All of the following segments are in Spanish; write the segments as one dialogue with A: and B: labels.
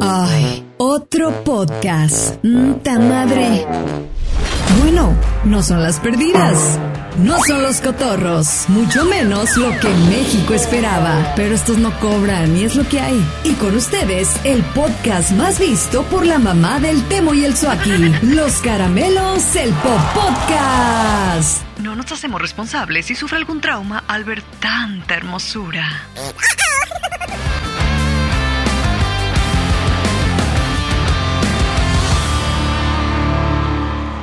A: Ay, otro podcast. ¡Mta madre! Bueno, no son las perdidas. No son los cotorros, mucho menos lo que México esperaba. Pero estos no cobran y es lo que hay. Y con ustedes, el podcast más visto por la mamá del Temo y el Suaki. Los caramelos, el Pop Podcast. No nos hacemos responsables si sufre algún trauma al ver tanta hermosura.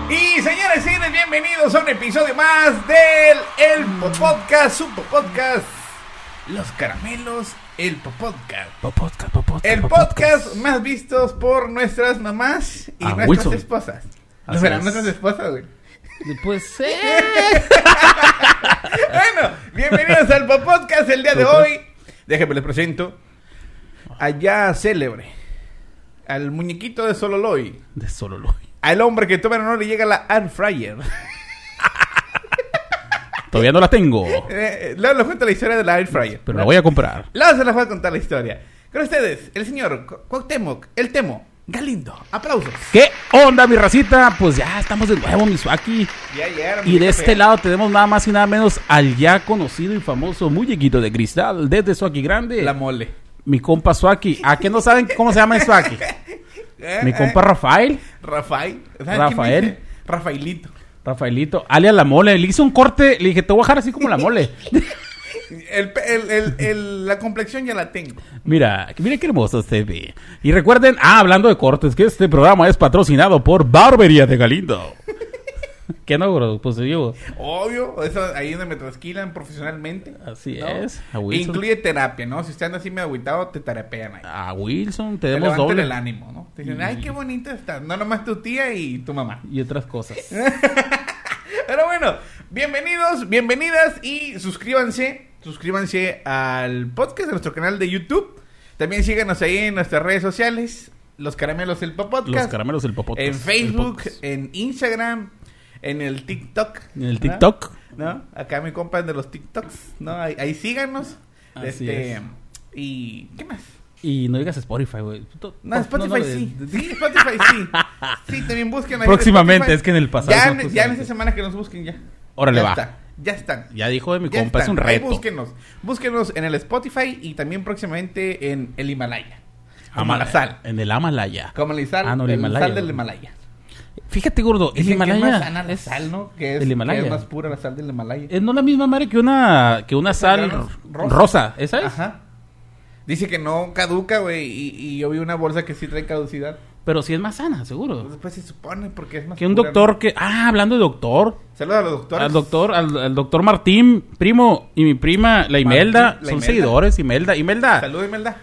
B: Y señores, señores, bienvenidos a un episodio más del El Po- Podcast, su Po- Podcast, Los Caramelos, El Po- Podcast.
C: Popodcast, popodcast,
B: El podcast más vistos por nuestras mamás y
C: Ah,
B: nuestras
C: Wilson.
B: esposas.
C: Así
B: Serán
C: es.
B: nuestras esposas, güey.
C: Pues
B: Bueno, bienvenidos al Po- Podcast el día de hoy. Déjenme les presento allá célebre, al muñequito de Sololoy,
C: De solo lo.
B: al hombre que toma en honor y llega la air fryer.
C: Todavía no la tengo,
B: Eh, eh, luego les cuento la historia de la air fryer.
C: pero la voy a comprar.
B: Luego se les voy a contar la historia. Con ustedes, el señor Cu- Cuauhtémoc, el Temo, Galindo. Aplausos.
C: ¿Qué onda, mi racita? Pues ya estamos de nuevo, mi Suaki.
B: Ya llegaron,
C: Y
B: mi
C: de
B: jefe.
C: este lado tenemos nada más y nada menos al ya conocido y famoso muñequito de cristal, desde Suaki Grande.
B: La mole.
C: Mi compa Suaki. ¿A qué no saben cómo se llama el Suaki?
B: Eh,
C: Mi
B: eh,
C: compa Rafael.
B: Rafael. ¿Sabes quién
C: Rafael.
B: dice? Rafaelito.
C: Rafaelito, alias La Mole. Le hice un corte, le dije, te voy a dejar así como La Mole.
B: El, pe- el- el- el- la complexión ya la tengo.
C: Mira, mira qué hermoso se ve. Y recuerden, ah, hablando de cortes, que este programa es patrocinado por Barbería de Galindo. ¿Qué no, bro? Pues yo.
B: Obvio, eso ahí es donde me trasquilan profesionalmente.
C: Así
B: ¿no?
C: es. A
B: E
C: Wilson.
B: incluye terapia, ¿no? Si están así medio agüitado, te terapean ahí.
C: A Wilson,
B: te
C: tenemos
B: levantan
C: Ah, doble. Mm.
B: el ánimo, ¿no? Te dicen, ay, qué bonito estás. No nomás tu tía y tu mamá.
C: Y otras cosas.
B: Pero bueno, bienvenidos, bienvenidas y suscríbanse, suscríbanse al podcast de nuestro canal de YouTube. También síganos ahí en nuestras redes sociales, Los Caramelos del Pop Podcast.
C: Los caramelos del popote.
B: en Facebook, eh. en Instagram, en el TikTok.
C: En el
B: ¿no?
C: TikTok.
B: ¿No? Acá mi compa es de los TikToks, ¿no? Ahí, ahí síganos. Este,
C: Así es.
B: Y ¿qué más?
C: Y no digas Spotify, güey. Tú-
B: No, Spotify
C: no, no,
B: sí.
C: de- de-
B: Sí, Spotify sí. Sí, también busquen ahí en
C: Próximamente,
B: Spotify.
C: es que en el pasado
B: Ya,
C: no
B: en-
C: puse
B: ya en
C: antes.
B: esta semana que nos busquen ya.
C: Órale,
B: ya
C: va.
B: está, ya están.
C: Ya dijo de mi
B: Ya
C: compa, es
B: están.
C: un
B: Ahí
C: reto.
B: búsquenos. Búsquenos en el Spotify y también próximamente en el Himalaya. Como
C: Ama-
B: la sal.
C: En el Amalaya.
B: Como el sal,
C: Ah, no, el
B: el
C: Himalaya.
B: sal del Himalaya.
C: Fíjate, gordo. El
B: Dicen Que es más
C: Himalaya.
B: sana la sal, ¿no? Que es,
C: el
B: que
C: Himalaya.
B: es más pura la sal del Himalaya.
C: Es no la misma madre que una, que una sal
B: granos rosa.
C: rosa. ¿Esa es?
B: Ajá. Dice que no caduca, güey. Y, y yo vi una bolsa que sí trae caducidad.
C: Pero sí es más sana, seguro.
B: Pues, pues, se supone porque es más
C: Que un
B: pura,
C: doctor que. Ah, hablando de doctor.
B: ¿no? Saludos a los doctores.
C: Al doctor, al, al doctor Martín, primo, y mi prima, la Imelda,
B: Martín, la
C: son
B: Imelda.
C: seguidores, Imelda, Imelda,
B: Saludos, Imelda.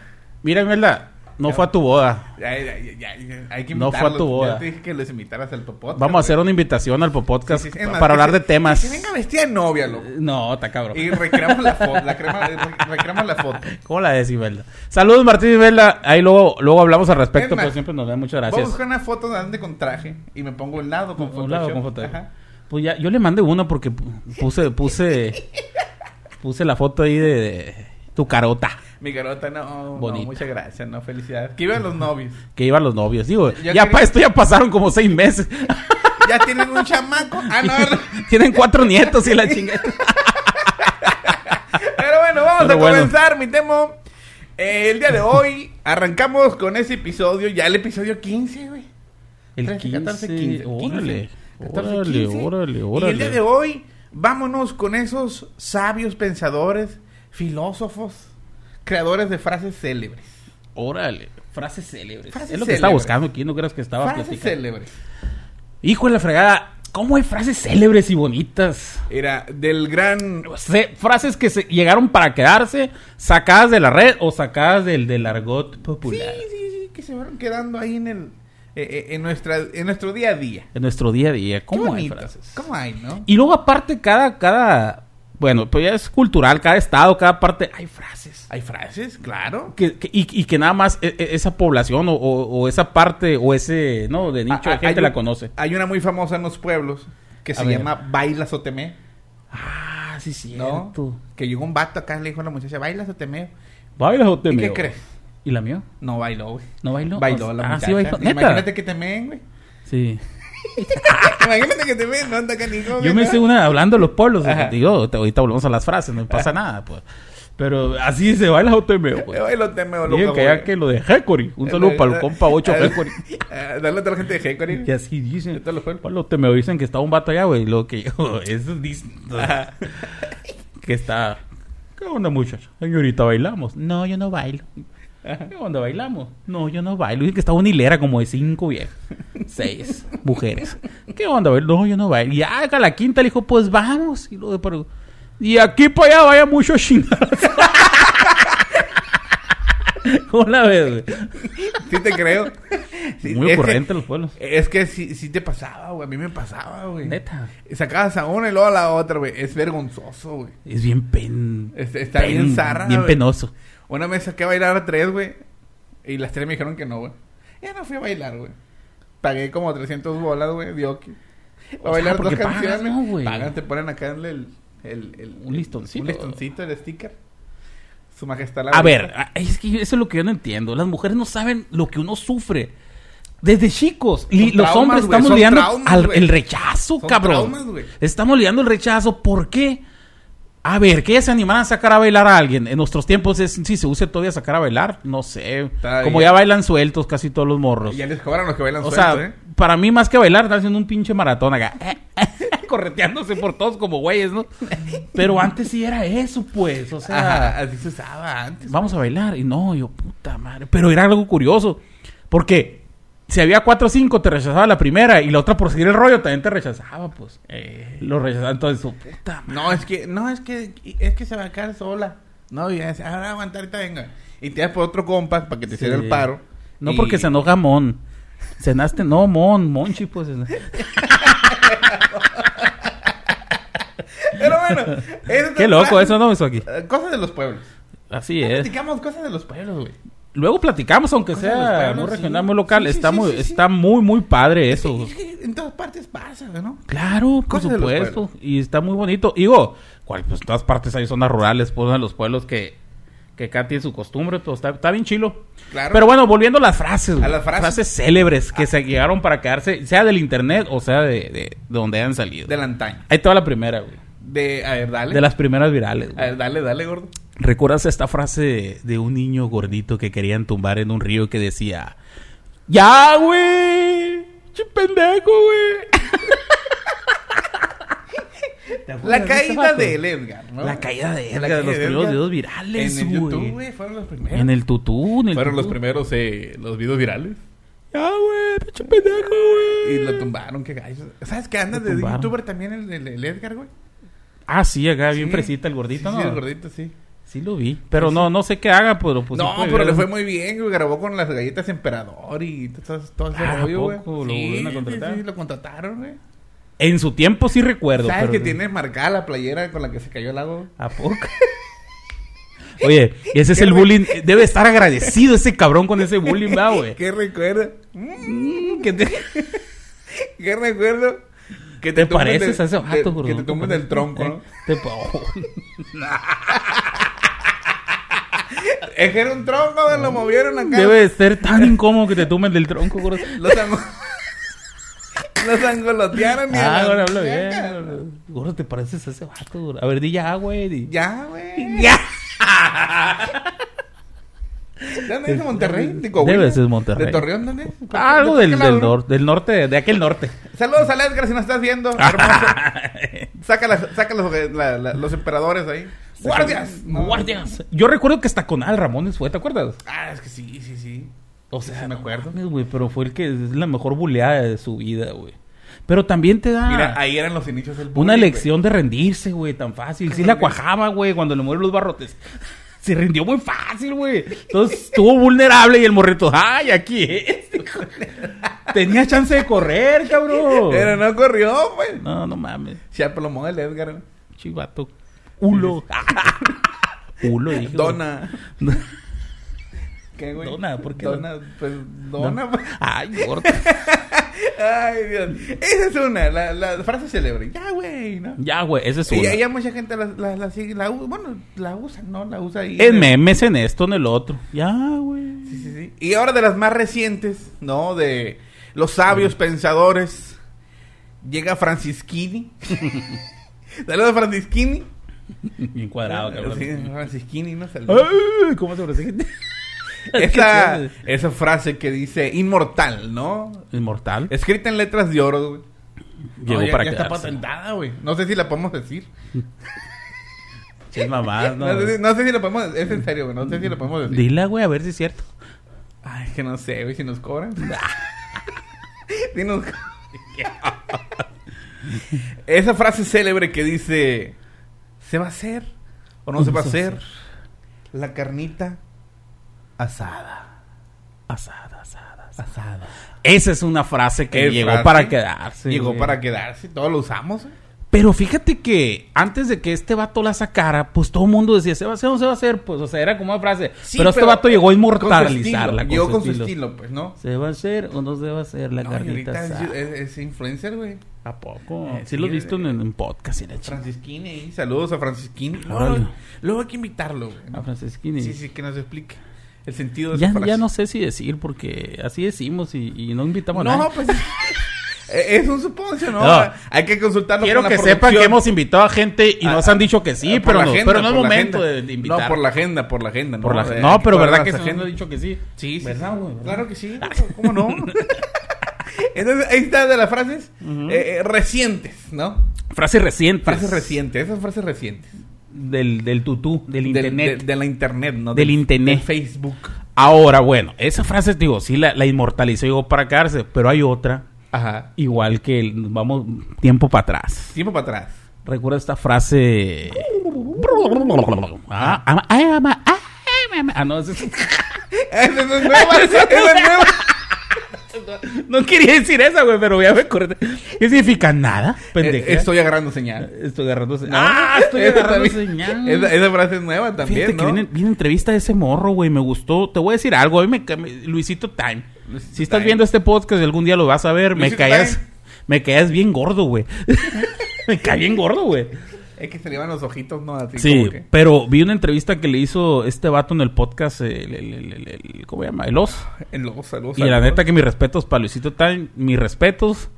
C: mira Imelda, no fue a tu boda.
B: Ya, ya, ya, ya, ya, Hay que
C: No fue a
B: invitarlos.
C: tu boda.
B: Ya te dije que los invitaras al popot.
C: Vamos a hacer una invitación al Popodcast para hablar de temas.
B: Que venga vestida de novia, loco.
C: No, está cabrón.
B: Y recreamos la foto. La crema- re- recreamos la foto.
C: ¿Cómo la es Imelda? Saludos Martín Imelda, ahí luego, luego hablamos al respecto,
B: Es más,
C: pero siempre nos dan muchas
B: Voy a
C: gracias.
B: buscar una foto de Andy con traje y me pongo un lado con foto.
C: Un lado con foto. Pues ya, yo le mandé uno porque pu- puse, puse, puse la foto ahí de, de tu carota
B: Mi garota, no, no.
C: Bonita.
B: Muchas gracias, no. Felicidades. Que iban los novios.
C: que iban los novios. Digo, ya
B: quería-
C: para esto ya pasaron como seis meses.
B: Ya tienen un chamaco. Ah, no. no.
C: Tienen cuatro nietos y la chingada.
B: Pero bueno, vamos
C: Pero
B: a
C: bueno.
B: comenzar, mi temo. Eh, el día de hoy arrancamos con ese episodio, ya el episodio 15, güey. 13, 14, 15, 15,
C: Órale,
B: 14,
C: órale,
B: 15.
C: órale,
B: Y el día de
C: órale.
B: hoy, vámonos con esos sabios pensadores, filósofos, creadores de frases célebres.
C: Órale. Frases célebres.
B: Frases
C: es lo que estaba
B: célebres.
C: buscando aquí, no creas que estaba
B: frases
C: platicando.
B: célebres.
C: Hijo de la fregada, ¿cómo hay frases célebres y bonitas?
B: Era del gran.
C: Se- frases que se llegaron para quedarse, sacadas de la red o sacadas del, del argot
B: Sí,
C: popular.
B: sí, sí, que se fueron quedando ahí en el. eh, eh, en, nuestra, en nuestro día a día.
C: En nuestro día a día,
B: Qué
C: ¿cómo hay
B: bonito.
C: frases?
B: ¿Cómo hay, no?
C: Y luego aparte cada, cada, bueno, pues ya es cultural, cada estado, cada parte, hay frases.
B: Hay frases, claro.
C: Que, que- y, y que nada más e- e- esa población o, o- o esa parte o ese, no, de nicho
B: Ah,
C: de
B: ah,
C: gente
B: hay
C: la
B: un-
C: conoce.
B: Hay una muy famosa en los pueblos que
C: A
B: se
C: ver.
B: llama Baila Sotemé,
C: Ah, sí,
B: ¿no? Que llegó un vato acá y le dijo a la muchacha, Baila Sotemé.
C: Bailas o
B: ¿Y qué
C: temeo.
B: crees?
C: ¿Y la mía?
B: No bailó, güey.
C: ¿No bailó?
B: Bailó la
C: Ah,
B: muchacha.
C: sí bailó. ¿Neta?
B: Imagínate que te meen, güey.
C: Sí.
B: Imagínate que te meen, no anda canijo, güey,
C: Yo me
B: ¿no?
C: hice una hablando de los pueblos.
B: Ajá.
C: Digo, ahorita ahorita volvemos a las frases, no pasa nada, pues. Pero así se baila automeo,
B: Te
C: pues.
B: bailó, te meo,
C: Dije
B: loco,
C: que
B: güey. Eh,
C: ya que lo de Hecori. Un saludo para el compa 8 Hecori.
B: Ah, Dale a toda la gente de Hecori.
C: Y así dicen.
B: De todos los pueblos.
C: Pues los temeo dicen que está un vato allá, güey. Lo que yo, eso dicen.
B: Ajá.
C: que está. ¿Qué onda, muchacho? Señorita, bailamos. No, yo no bailo. ¿Qué onda, bailamos? No, yo no bailo. Dicen que estaba una hilera como de cinco viejas. Seis mujeres. ¿Qué onda, bailo? No, yo no bailo. Y "Ah, acá la quinta le dijo, pues vamos. Y, luego, pero, y aquí para allá vaya mucho chingados. ¿Cómo la ves, güey?
B: Sí te creo. Sí,
C: Muy
B: es
C: ocurrente
B: que-
C: los pueblos.
B: Es que sí, sí te pasaba, güey. A mí me pasaba, güey.
C: Neta.
B: Sacabas a una y luego a la otra, güey. Es vergonzoso, güey.
C: Es bien pen.
B: Es- está bien zarra,
C: Bien
B: güey.
C: penoso.
B: Una vez saqué a bailar a tres, güey. Y las tres me dijeron que no, güey. Ya no fui a bailar, güey. Pagué como 300 bolas, güey. Dio que.
C: O
B: A
C: sea,
B: bailar dos
C: porque pagas,
B: canciones.
C: ¿no, güey?
B: Pagan, te ponen acá el, el, el- el-
C: Un listoncito.
B: Un listoncito, el sticker. Su majestad la
C: A
B: Virgen.
C: ver, a- es que yo- eso es lo que yo no entiendo. Las mujeres no saben lo que uno sufre. Desde chicos, Li-
B: Son
C: los
B: traumas, güey,
C: hombres estamos
B: son
C: lidiando
B: traumas,
C: al
B: güey.
C: el rechazo,
B: Son
C: cabrón.
B: traumas, güey.
C: estamos lidiando el rechazo. ¿Por qué? A ver, ¿qué se animaran a sacar a bailar a alguien? En nuestros tiempos, es, si se usa todavía sacar a bailar, no sé.
B: Está
C: Como
B: bien.
C: ya bailan sueltos casi todos los morros.
B: Y ya les cobran los que bailan
C: O
B: suelto,
C: sea,
B: ¿eh?
C: para mí más que bailar, están haciendo un pinche maratón acá. Correteándose por todos como güeyes, ¿no? Pero antes sí era eso, pues. O sea,
B: Ajá, así se usaba antes.
C: vamos a bailar. Y no, yo, puta madre. Pero era algo curioso. Porque si había cuatro o cinco, te rechazaba la primera. Y la otra, por seguir el rollo, también te rechazaba, pues.
B: Eh.
C: Lo rechazaba. Entonces, su puta madre.
B: No, es que, no, es que, es que se va a quedar sola. No, y es, ahora aguanta, ahorita venga. Y te das por otro compas para que te hiciera
C: Sí.
B: el paro.
C: No
B: Y-
C: porque se enoja Mon. Cenaste, no, Mon, Monchi, pues. es-
B: Pero bueno, eso
C: Qué loco, eso no eso aquí.
B: Eh, Cosas de los pueblos.
C: Así
B: No
C: es.
B: Platicamos cosas de los pueblos, güey.
C: Luego platicamos, aunque
B: Cosas de los
C: sea
B: pueblos,
C: muy
B: sí.
C: regional, muy local.
B: Sí, sí,
C: está,
B: sí,
C: muy,
B: sí, sí.
C: está muy, muy padre eso.
B: Es que en todas partes pasa, güey, ¿no?
C: Claro, por
B: Cosas de los
C: supuesto. Y está muy bonito. Digo, cual, pues en todas partes hay zonas rurales, pues en los pueblos que, que cada tiene su costumbre, todo está, está bien chilo.
B: Claro.
C: Pero bueno, volviendo a las frases, güey.
B: las frases. Ah.
C: célebres que se llegaron para quedarse, sea del internet o sea de, de- de donde hayan salido.
B: Del antaño.
C: Ahí toda la primera, güey.
B: De, a ver, dale.
C: De las primeras virales.
B: A
C: güey.
B: ver, dale, dale, gordo.
C: ¿Recuerdas esta frase de, de un niño gordito que querían tumbar en un río que decía: ¡Ya, güey! ¡Che pendejo, güey! este
B: La caída de del Edgar, ¿no?
C: La caída de
B: La
C: Edgar,
B: caída
C: de los
B: de
C: primeros
B: Edgar.
C: videos
B: En
C: virales,
B: el YouTube,
C: güey.
B: güey, fueron los primeros.
C: En el tutú, en el
B: Fueron los
C: tutú.
B: primeros, eh, los videos virales.
C: Ya, güey, pinche pendejo, güey.
B: Y lo tumbaron, qué gallo. ¿Sabes qué anda
C: Lo
B: de
C: tumbaron.
B: youtuber también el, el- el Edgar, güey?
C: Ah, sí, acá bien
B: Sí.
C: fresita el gordito,
B: sí,
C: ¿no?
B: Sí, el gordito, sí.
C: Sí lo vi. Pero no, no sé qué haga, pero pues... sí
B: no,
C: puede
B: pero
C: ver.
B: le fue muy bien, güey. Grabó con las galletas Emperador y todo, todo ese
C: Ah, ¿a
B: rollo, güey.
C: poco lo
B: sí,
C: volvieron a contratar?
B: sí, sí, lo contrataron, güey.
C: En su tiempo sí recuerdo.
B: ¿Sabes
C: pero-
B: que tiene marcada la playera con la que se cayó el lago?
C: ¿A poco? Oye, ese es el bullying. Debe estar agradecido ese cabrón con ese bullying, ¿verdad, güey?
B: ¿Qué recuerdo? Mm, ¿Qué, te- ¿Qué recuerdo? Que
C: ¿Te
B: tumben
C: pareces
B: del-
C: a ese
B: de-
C: vato,
B: Que te tumben del tronco,
C: ¿no?
B: ¿no?
C: Te pa- oh.
B: Es que era un tronco, güey, lo movieron acá.
C: Debe de ser tan incómodo que te tumben del tronco, gordo.
B: Los, ang- los angolotearon y
C: Ah,
B: a la-
C: gordo, habla bien. Gordo, te pareces a ese vato, gordo. A ver, di ya, güey. di.
B: Ya, güey.
C: Ya.
B: ¿Dónde es de Monterrey? ¿De
C: Debe ser Monterrey.
B: ¿De Torreón dónde Pues, es?
C: Ah, Algo
B: ¿De
C: del,
B: qué
C: del,
B: lado?
C: nor- del norte, de aquel norte.
B: Saludos a Edgar si nos estás viendo. Hermoso. Saca, las- saca los, la- la- los emperadores ahí. ¡Guardias! No.
C: Guardias. Yo recuerdo que hasta con Al Ramones fue, ¿te acuerdas?
B: Ah, es que sí, sí, sí.
C: O sea,
B: me acuerdo.
C: mames, güey, pero fue el que es la mejor buleada de su vida, güey. Pero también te da
B: Mira, ahí eran los inicios del bullying,
C: una
B: güey.
C: lección de rendirse, güey, tan fácil. Sí la cuajaba, güey, cuando le mueren los barrotes. Se rindió muy fácil, güey. Entonces estuvo vulnerable y el morrito, ay, aquí es. Tenía chance de correr, cabrón.
B: Pero no corrió, güey.
C: No, no mames.
B: Se aplomó el Edgar. güey.
C: Chivato. Ulo. Ulo, dije.
B: Dona.
C: güey.
B: ¿Qué, güey?
C: Dona, ¿por qué
B: Dona, pues, dona. pues.
C: Ay, gordo.
B: Ay, Dios. Esa es una, la, la frase célebre. Ya, güey, ¿no?
C: Ya, güey, ese es
B: Y
C: uno.
B: ya, ya mucha gente la, la, la sigue, la u- bueno, la usa, ¿no? La usa ahí.
C: En
B: de-
C: memes, en esto, en el otro. Ya, güey.
B: sí. Y ahora de las más recientes, ¿no? De los sabios pensadores. Llega Francisquini. Saludos, Francisquini.
C: Bien cuadrado, cabrón.
B: Sí, Francisquini, ¿no? Saludos.
C: Ay, ¿Cómo se parece?
B: Esa, esa frase que dice inmortal, ¿no?
C: Inmortal.
B: Escrita en letras de oro, güey.
C: Llegó
B: No, ya-
C: para
B: ya está
C: quedarse.
B: patentada, güey. No sé si la podemos decir.
C: Es mamá,
B: No,
C: no.
B: sé, si- no sé si la podemos Es en serio, güey. No sé si la podemos decir.
C: Dila, güey, a ver si es cierto.
B: Ay, es que no sé, güey. Si nos cobran. si nos co- Esa frase célebre que dice: ¿Se va a hacer o no se va a hacer? La carnita asada.
C: Asada, asada. asada.
B: Asada.
C: Esa es una frase que
B: Es
C: llegó
B: frase.
C: para quedarse.
B: Llegó
C: güey.
B: para quedarse. Todos lo usamos, güey.
C: Pero fíjate que antes de que este vato la sacara, pues todo el mundo decía, se va a hacer, no se va a hacer. Pues, o sea, era como una frase.
B: Sí,
C: pero, este vato llegó a inmortalizarla.
B: con su estilo, Llegó con su
C: estilo.
B: estilo, pues, ¿no?
C: ¿Se va a hacer o no se va a hacer la
B: No, y
C: carnita
B: ahorita es,
C: asada?
B: es- es influencer, güey.
C: ¿A poco?
B: Eh,
C: sí, lo he
B: sí,
C: visto en,
B: eh,
C: en podcast y la chingada.
B: Francisquini ahí. Saludos a Francisquini. No,
C: Órale.
B: no, luego hay que invitarlo, güey. ¿no?
C: A Francisquini.
B: Sí, sí, que nos explique el sentido de
C: Ya,
B: esa frase.
C: ya no sé si decir porque así decimos y, y no invitamos a
B: No,
C: nadie.
B: pues. eh, es un suponcio, ¿no?
C: No.
B: Hay que consultarlo
C: Quiero
B: con la
C: que sepan que
B: producción.
C: hemos invitado a gente y nos han dicho que sí,
B: Ah, por
C: pero
B: la
C: no,
B: agenda,
C: pero no es
B: por la
C: momento
B: agenda.
C: de, de invitar.
B: No, por la agenda, por la agenda.
C: Por la-
B: Eh,
C: no, pero
B: cuadrar
C: verdad que
B: las
C: se nos ha
B: agendas.
C: dicho que sí.
B: Sí, sí,
C: ¿Verdad,
B: sí.
C: güey? Ah. ¿Verdad?
B: Claro que sí, güey, ¿cómo no? Entonces, ahí está de las frases eh, eh, recientes, ¿no?
C: Frase reciente.
B: Frases recientes, esas frases recientes.
C: Del, del tutú, del
B: Del-
C: internet.
B: De, de la internet, ¿no?
C: Del internet.
B: del Facebook.
C: Ahora, bueno, esa frase, digo, sí la, la inmortalizó llegó para quedarse, pero hay otra,
B: Ajá.
C: igual que el- vamos tiempo para atrás.
B: Tiempo para atrás.
C: Recuerda esta frase. Ah, ama- ay, ama- ay, ama- ah, no, esa es-
B: Esa es nueva, esa es nueva.
C: no quería decir esa, güey, pero ya me acordé. ¿Qué significa nada? Pendeja.
B: Eh, Estoy agarrando señal.
C: Estoy agarrando E-, señal. Ah, estoy
B: Esa
C: agarrando
B: también-
C: señal.
B: Esa, esa frase es nueva también,
C: Fíjate
B: ¿no?
C: que viene, viene entrevista de ese morro, güey. Me gustó. Te voy a decir algo. A mí me ca- me- Luisito Time.
B: Luisito
C: si estás
B: Time.
C: viendo este podcast y algún día lo vas a ver, me
B: Luisito
C: caías.
B: Time.
C: Me caías bien gordo, güey. me caí bien gordo, güey.
B: Es que se le van los ojitos, ¿no? Así
C: Sí,
B: como que-
C: pero vi una entrevista que le hizo este vato en el podcast, el, el- el- el- el- ¿cómo se llama? El Oz.
B: En los saludos.
C: Y la neta que mis respetos para Luisito Time, mis respetos,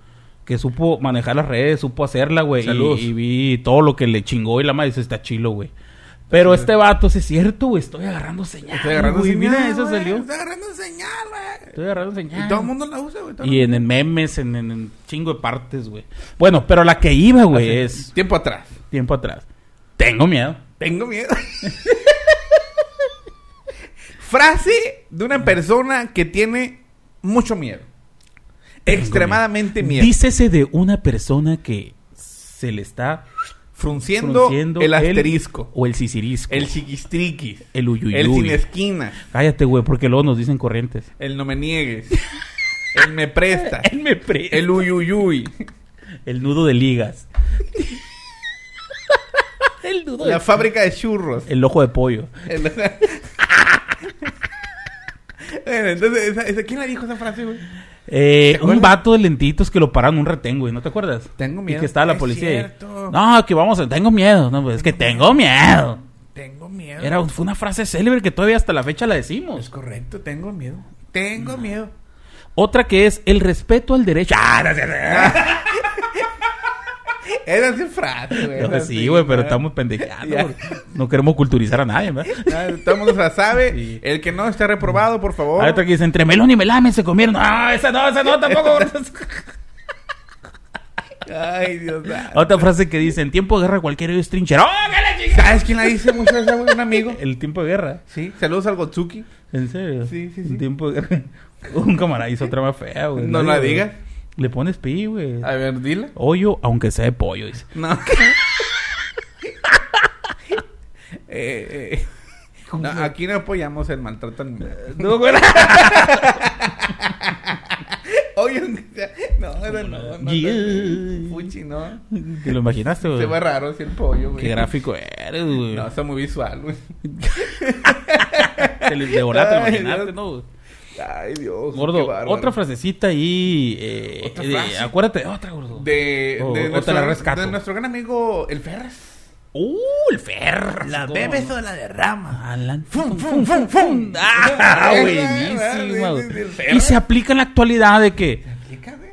C: que supo manejar las redes, supo hacerla, güey.
B: Saludos.
C: Y, y vi todo lo que le chingó y la madre dice, está chilo, güey. Pero este vato, sí es cierto, güey, estoy agarrando señal.
B: Estoy agarrando
C: güey,
B: señal.
C: Mira, eso
B: güey,
C: salió.
B: Estoy agarrando señal, güey.
C: Estoy agarrando señal.
B: Y todo el mundo la usa, güey. todo
C: Y
B: el
C: en, en memes, en, en- en chingo de partes, güey. Bueno, pero la que iba, güey,
B: mundo.
C: es
B: Tiempo atrás.
C: tiempo atrás. Tengo miedo.
B: Tengo miedo. Frase de una persona que tiene mucho miedo. Extremadamente miedo.
C: Dícese de una persona que se le está
B: Frunciendo,
C: frunciendo
B: el asterisco.
C: o el sisirisco.
B: El chiquistriquis.
C: El uyuyuy.
B: El sin esquina.
C: Cállate, güey, porque luego nos dicen corrientes.
B: El no me niegues. el me presta.
C: Él me pre-
B: El uyuyuy.
C: El nudo de ligas. el nudo
B: La fábrica de churros.
C: El ojo de pollo.
B: El- Bueno, Entonces, esa- esa- ¿quién la dijo esa frase, güey?
C: Eh,
B: ¿Te acuerdas?
C: un vato de lentitos que lo pararon en un retén, güey. ¿No te acuerdas?
B: Tengo
C: Y
B: miedo.
C: que estaba la
B: Es
C: policía ahí.
B: cierto.
C: No, que vamos a... Tengo miedo. No, pues, es que tengo miedo.
B: Tengo miedo.
C: Era, un- fue una frase célebre que todavía hasta la fecha la
B: Es
C: decimos.
B: correcto, tengo miedo. Tengo miedo.
C: Otra que es el respeto al derecho. Ah, no, no,
B: Era así frase, güey.
C: no,
B: era
C: sí,
B: así,
C: güey, pero
B: ¿verdad?
C: estamos pendejeando.
B: Ya.
C: porque No queremos culturizar a nadie, ¿verdad?
B: Ya, Todo el mundo se la sabe.
C: Sí. Ah,
B: El que no está reprobado, por favor.
C: Hay otra que dice, entre melón y melamen se comieron. Ah, esa no, esa no, tampoco.
B: Ay, Dios. ah.
C: Otra frase que dice, en tiempo de guerra cualquier es trinchera. ¡Oh, que la chingada!
B: ¿Sabes quién la dice mucho esa, güey? Un amigo.
C: El tiempo de guerra.
B: Sí, saludos al Gotsuki.
C: ¿En serio?
B: Sí, sí, sí.
C: El tiempo de guerra. Un camarada hizo otra más fea, güey.
B: No la digas.
C: Le pones pi, güey.
B: A ver, dile.
C: Hoyo, aunque sea de pollo, dice.
B: No. Eh, eh, no, aquí no apoyamos el maltrato animal.
C: Eh, No, güey.
B: Oye, no, no, no, no.
C: Yeah.
B: Fuchi, no.
C: ¿Te lo imaginaste, güey?
B: Se ve raro si el pollo, güey.
C: Qué gráfico eres, güey.
B: No, está muy visual, güey.
C: Te lo- de volar te lo
B: Ay,
C: imaginaste,
B: Dios.
C: ¿no? güey?
B: Ay, Dios. qué
C: Gordo,
B: bárbaro.
C: otra frasecita ahí. eh,
B: Otra
C: de-
B: frase.
C: acuérdate, otra, gordo.
B: De,
C: O-
B: de
C: o te
B: nuestro,
C: la rescato.
B: de nuestro gran amigo el Ferras.
C: ¡Uh, el Fer!
B: La
C: Así
B: bebes
C: como-
B: o la derrama.
C: Alan.
B: ¡Fum, fum, fum, fum!
C: ¡Ah, buenísima, güey! Y se aplica en la actualidad de que,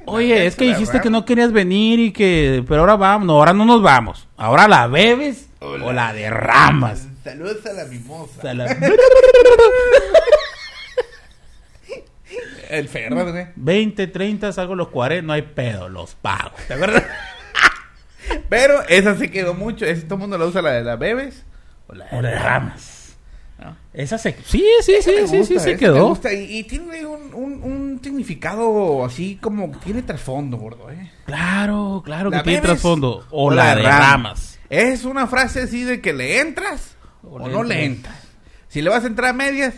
C: oye, es que dijiste que no querías venir y que, pero ahora vamos, no, ahora no nos vamos. Ahora la bebes o la derramas.
B: Saludos a la
C: O
B: mimosa.
C: sea, la-
B: El Ferro, güey.
C: 20, 30, salgo los 40, no hay pedo, los pago.
B: ¿Te acuerdas? Pero esa se quedó mucho. Esa todo el mundo la usa, la de la bebes. O la
C: O la derramas.
B: Ah.
C: Esa se... Sí, sí, sí,
B: Me
C: sí, sí,
B: gusta,
C: se
B: esa me
C: quedó.
B: gusta, Y, y tiene un, un, un significado así como que tiene trasfondo, gordo, ¿eh?
C: Claro, claro, que
B: ¿La
C: tiene
B: bebes
C: trasfondo. O la derramas.
B: Es una frase así de que le entras o,
C: le
B: no le
C: entras.
B: entras. Si le vas a entrar a medias,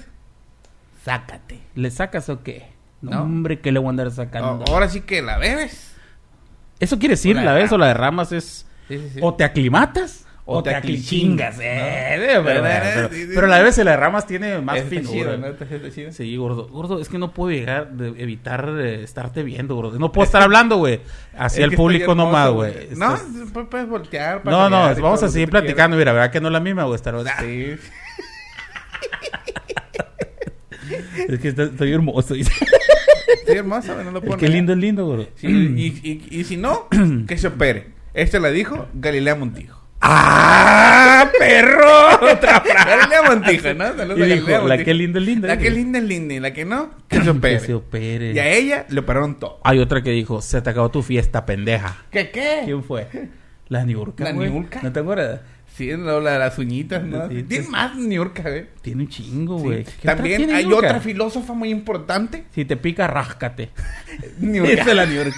C: Sácate. ¿Le sacas o qué? No,
B: No.
C: hombre, que le voy a andar sacando.
B: a- ahora sí que la bebes.
C: Eso quiere decir,
B: O la
C: la vez o
B: derramas.
C: la derramas es...
B: Sí, sí, sí.
C: O te aclimatas
B: O
C: o,
B: te
C: te
B: aclichingas,
C: aclichingas.
B: ¿no?
C: eh, pero,
B: Pero,
C: pero-
B: sí, sí,
C: pero la vez de las ramas tiene más
B: Está
C: finura.
B: chido, ¿no? Está- está chido.
C: Sí, gordo. Gordo, es que no puedo llegar de evitar eh, estarte viendo, gordo. No puedo estar hablando, güey.
B: Es
C: Hacia el
B: que
C: público
B: estoy hermoso,
C: nomás, güey.
B: No,
C: Estás-
B: pu- puedes voltear.
C: No, no,
B: patalear y
C: vamos
B: todo
C: a
B: lo
C: seguir
B: que tú quieras.
C: platicando. Mira, ¿verdad que no es la misma, güey? Estar-
B: Sí.
C: Es que está- estoy hermoso. dice.
B: Estoy hermosa, güey, no lo puedo
C: Qué
B: negar.
C: lindo es lindo, gordo.
B: Sí, y, y- y si no, que se opere. Esta la dijo Galilea Montijo.
C: ¡Ah, perro! Otra
B: Galilea Montijo, ¿no? Saludos
C: Y
B: a
C: dijo,
B: Galilea
C: la
B: Montijo.
C: que linda es linda.
B: La que
C: dijo.
B: linda es linda y la que no, que se opere.
C: Que se opere.
B: Y a ella le operaron todo.
C: Hay otra que dijo, se te acabó tu fiesta, pendeja.
B: ¿Qué qué?
C: ¿Quién fue? La Niurka.
B: La
C: güey.
B: Niurka.
C: ¿No te acuerdas?
B: Sí, no, la de las uñitas, ¿no?
C: Sí,
B: Tiene
C: sí.
B: más New York, güey.
C: Tiene un chingo,
B: Sí.
C: güey. ¿Qué otra
B: También
C: tiene
B: hay
C: Niurka?
B: otra filósofa muy importante.
C: Si te pica, ráscate.
B: New
C: Esa es la
B: York.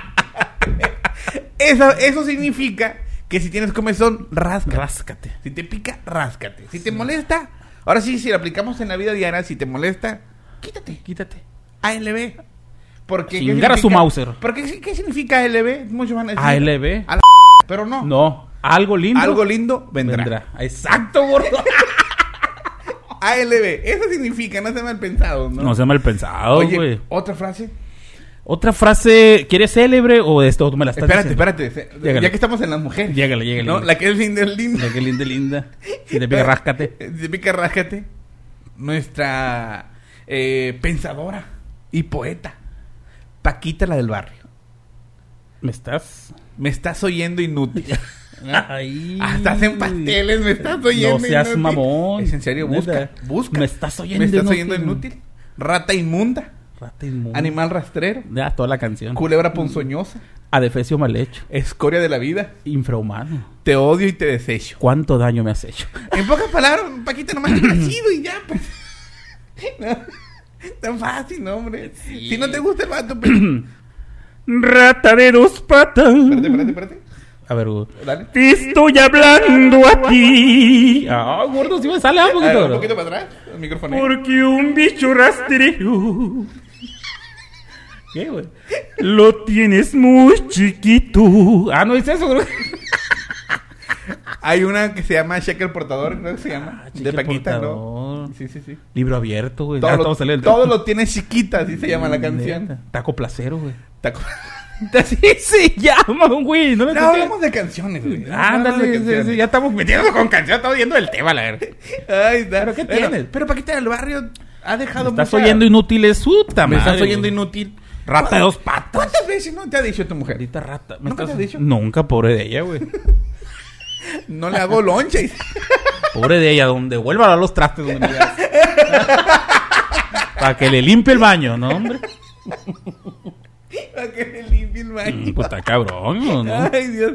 B: Esa- eso significa que si tienes comezón, rasca.
C: Ráscate.
B: Si te pica, ráscate. Si te molesta, ahora sí, si lo aplicamos en la vida diaria, si te molesta, quítate.
C: Quítate.
B: ALB. Porque, ¿qué
C: Chingar a su
B: significa?
C: Mauser.
B: Porque, ¿qué- ¿Qué significa ALB? Muchos van a decir.
C: ALB.
B: A la Pero no.
C: No, algo lindo.
B: Algo lindo vendrá.
C: vendrá. Exacto, gordo.
B: ALB. Eso significa, no se mal pensado, ¿no?
C: No sea mal pensado,
B: Oye,
C: güey.
B: otra frase.
C: Otra frase, ¿quieres célebre o de esto? Tú me la estás
B: Espérate,
C: diciendo.
B: espérate. se-
C: Llégale.
B: Ya que estamos en las mujeres.
C: Llégale, llégale,
B: No,
C: llégale.
B: la que es linda es linda.
C: La que linda, linda. Si te pica, ráscate.
B: Eh, De pica rájate. Nuestra eh, pensadora y poeta, Paquita la del barrio.
C: ¿Me estás?
B: Me estás oyendo inútil. Ah,
C: Ay.
B: Hasta hacen pasteles, me estás oyendo
C: No seas
B: inútil.
C: mamón.
B: Es en serio, busca,
C: Neta.
B: busca.
C: Me estás oyendo
B: Me estás
C: inútil.
B: oyendo inútil. Rata inmunda,
C: Rata inmunda.
B: animal rastrero,
C: Ya, toda la canción.
B: culebra ponzoñosa,
C: Adefesio mal hecho.
B: escoria de la vida.
C: Infrahumano.
B: Te odio y te desecho.
C: ¿Cuánto daño me has hecho?
B: En pocas palabras, Paquita nomás está chido y ya, pues. No, Tan fácil, no, hombre. Si no te gusta el vato, pues.
C: Rata de dos patas.
B: Espérate, espérate, espérate.
C: A ver, gordo.
B: Dale.
C: Te estoy hablando a ti. Ah, gordo, si me sale ah, un
B: A
C: poquito,
B: ver, un
C: gordo.
B: poquito para atrás, el micrófono.
C: Porque un bicho rastrero. ¿Qué, güey? Lo tienes muy chiquito. Ah, no dice eso, gordo.
B: Hay una que se llama Cheque el Portador, creo que se llama.
C: Ah, Cheque
B: de
C: el
B: Paquita, ¿no?
C: Portador.
B: Sí, sí, sí.
C: Libro abierto, güey.
B: Todo,
C: Ah,
B: lo,
C: todo sale del-
B: todo lo tiene chiquita, así se llama la canción.
C: Neta. Taco placero, güey.
B: Taco-
C: Así se llama, güey. No, me
B: No hablamos de canciones, güey. No hablamos de
C: Ándale, sí,
B: canciones.
C: sí, ya estamos metiéndonos con canción, estamos viendo el tema, la verdad.
B: Ay, da-
C: ¿Pero qué
B: bueno,
C: tienes?
B: Pero Paquita del Barrio ha dejado
C: Estás
B: mucha-
C: oyendo inútiles, puta,
B: Me estás
C: madre,
B: oyendo
C: güey.
B: inútil.
C: Rata de dos patas.
B: ¿Cuántas veces no te ha dicho tu mujer?
C: Maldita rata.
B: ¿Nunca te ha dicho?
C: Nunca, pobre de ella, güey.
B: No le hago loncha. y-
C: Pobre de ella, donde vuelva a los trastes donde me digas. Para que le limpie el baño, ¿no, hombre?
B: Para que le limpie el
C: Mm,
B: baño.
C: Pues está cabrón, ¿no? ¿no?
B: Ay, Dios.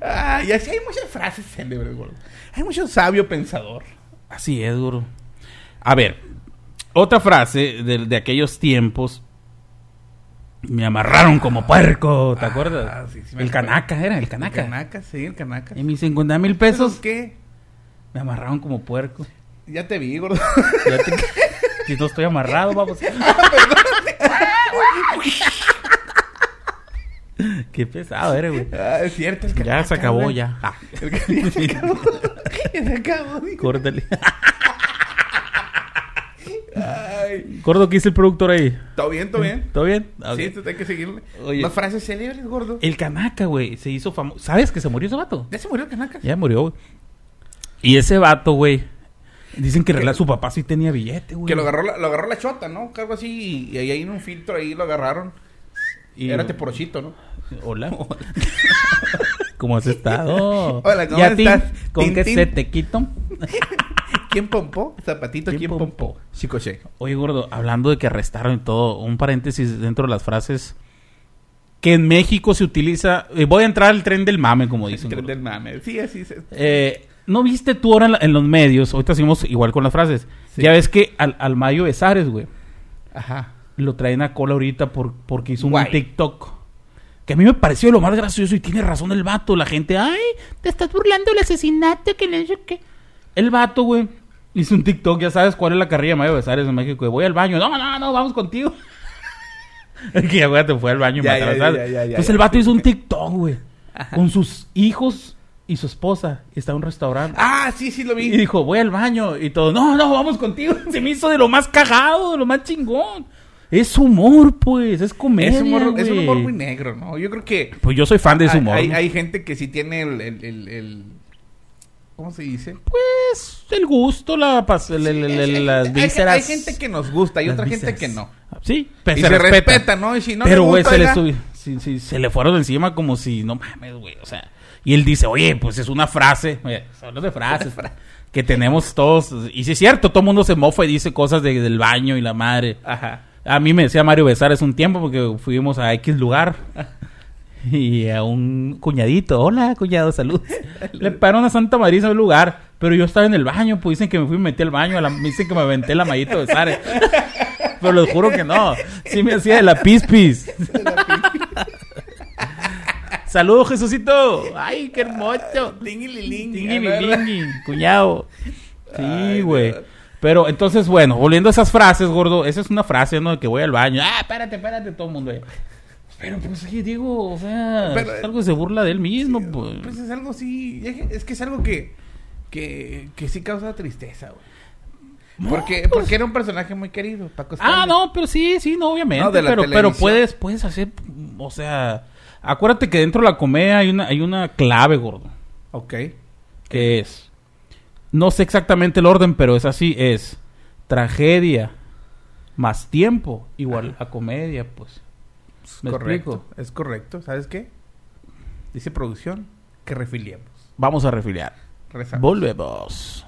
B: Ay, y así hay muchas frases célebres, güey. Hay mucho sabio pensador.
C: Así es, duro. A ver, otra frase de, de aquellos tiempos. Me amarraron como puerco, ¿te
B: Ah,
C: acuerdas?
B: sí, sí me
C: el
B: acuerdo.
C: canaca era, el
B: El
C: canaca.
B: Canaca, sí, el canaca.
C: Y mis 50 mil pesos
B: qué?
C: me amarraron como puerco.
B: Ya te vi, gordo.
C: Ya te- si no estoy amarrado, vamos. Qué pesado eres, güey.
B: Ah, es cierto, el
C: Ya se acabó,
B: güey.
C: ya. Ah,
B: El canaca se acabó. Ya se acabó. dijo.
C: córtale.
B: Ay, Ay.
C: Gordo, ¿qué dice el productor ahí?
B: ¿Todo bien, todo bien?
C: ¿Todo bien? Ah,
B: Sí,
C: bien.
B: tú hay que seguirle.
C: Oye. Eh.
B: Más frases célebres, gordo.
C: El Kanaka, güey, se hizo famoso. ¿Sabes que se murió ese vato?
B: ¿Ya se murió el Canaca?
C: Ya murió, güey. Y ese vato, güey. Dicen que, rela- su papá sí tenía billete, güey.
B: Que lo agarró, la, lo agarró la chota, ¿no? Algo así. Y, y ahí en un filtro ahí lo agarraron.
C: Y-
B: Era teporochito, ¿no?
C: Hola. ¿Cómo has estado?
B: Hola, ¿cómo
C: ¿Ya, Tin?
B: estás?
C: ¿Con
B: Tin,
C: qué
B: tin.
C: se te quito?
B: ¿Quién pompó? Zapatito, ¿quién,
C: ¿Quién
B: pompó?
C: pompó?
B: Chicoche.
C: Oye, gordo, hablando de que arrestaron y todo, un paréntesis dentro de las frases. Que en México se utiliza. eh, voy a entrar al tren del mame, como dicen.
B: Tren
C: gordo.
B: del mame. Sí, así se...
C: Eh, ¿No viste tú ahora en, la- en los medios? Ahorita seguimos igual con las frases.
B: Sí.
C: Ya ves que al, al Mayo Besares, güey,
B: Ajá.
C: lo traen a cola ahorita por, porque hizo un
B: Guay.
C: TikTok. Que a mí me pareció lo más gracioso y tiene razón el vato. La gente, ay, te estás burlando del asesinato que le que El vato, güey, hizo un TikTok. Ya sabes cuál es la carrilla de Mayo Besares en México. Voy al baño. No, no, no, vamos contigo. Es que ya, güey, te fue al baño y
B: Ya,
C: mataron,
B: ya,
C: ¿sabes?
B: ya, ya, ya,
C: Entonces
B: ya.
C: el vato hizo un TikTok, güey. Con sus hijos y su esposa. y Está en un restaurante.
B: Ah, sí, sí lo
C: Y
B: vi.
C: dijo, voy al baño. Y todo, no, no, vamos contigo. Se me hizo de lo más cagado, de lo más chingón. Es humor, pues, es comedia.
B: Es, humor, es un humor
C: güey.
B: muy negro, ¿no? Yo creo que...
C: Pues yo soy fan de su
B: hay-
C: humor.
B: Hay,
C: ¿no?
B: hay gente que sí tiene el... el, el, el- ¿Cómo se dice?
C: Pues el gusto, la, pas- el- el- el-
B: Hay-
C: las
B: hay,
C: vísceras.
B: hay gente que nos gusta y
C: las
B: otra gente
C: vísceras.
B: que no.
C: Sí, pero
B: y
C: se,
B: se respeta.
C: respeta.
B: ¿no? Y si no
C: pero, güey,
B: gusta,
C: se, le
B: oiga,
C: subi- sí, sí, se le fueron encima como si, no mames, güey, o sea. Y él dice, oye, pues es una frase, oye, se habla de frases que tenemos todos. Y sí es cierto, todo mundo se mofa y dice cosas de- del baño y la madre.
B: Ajá.
C: A mí me decía Mario Besares un tiempo porque fuimos a X lugar y a un cuñadito, hola cuñado, salud. Le pararon a Santa Marisa un lugar, pero yo estaba en el baño, pues dicen que me fui y me metí al baño, a la- me dicen que me aventé la mallita de Besares. Pero les juro que no, sí me hacía de la pispis. Saludos Jesucito, ay qué hermoso.
B: Tinguililingui, ¿verdad?
C: Tingui, cuñado.
B: Ay,
C: Sí, güey.
B: Dios.
C: Pero entonces, bueno, volviendo a esas frases, gordo, esa es una frase, ¿no? De que voy al baño. Ah, espérate, espérate, todo el mundo. ahí. Pero pues ahí digo, o sea,
B: Pero-
C: es algo que se burla de él mismo, pues.
B: Pues es algo así. Es que es algo que. Que, que sí causa tristeza, güey. Porque, porque era un personaje muy querido, Paco
C: pues Ah,
B: Stanley.
C: no, pero sí, sí, no, obviamente.
B: No, de la
C: pero, pero
B: televisión.
C: puedes, puedes hacer, o sea, acuérdate que dentro de la comedia hay una, hay una clave, gordo,
B: Ok.
C: que es, no sé exactamente el orden, pero es así, es tragedia más tiempo igual a comedia, pues.
B: Es
C: ¿Me
B: correcto.
C: explico?
B: Es correcto. ¿Sabes qué? Dice producción que refiliemos.
C: Vamos a refiliar.
B: Rezamos.
C: Volvemos.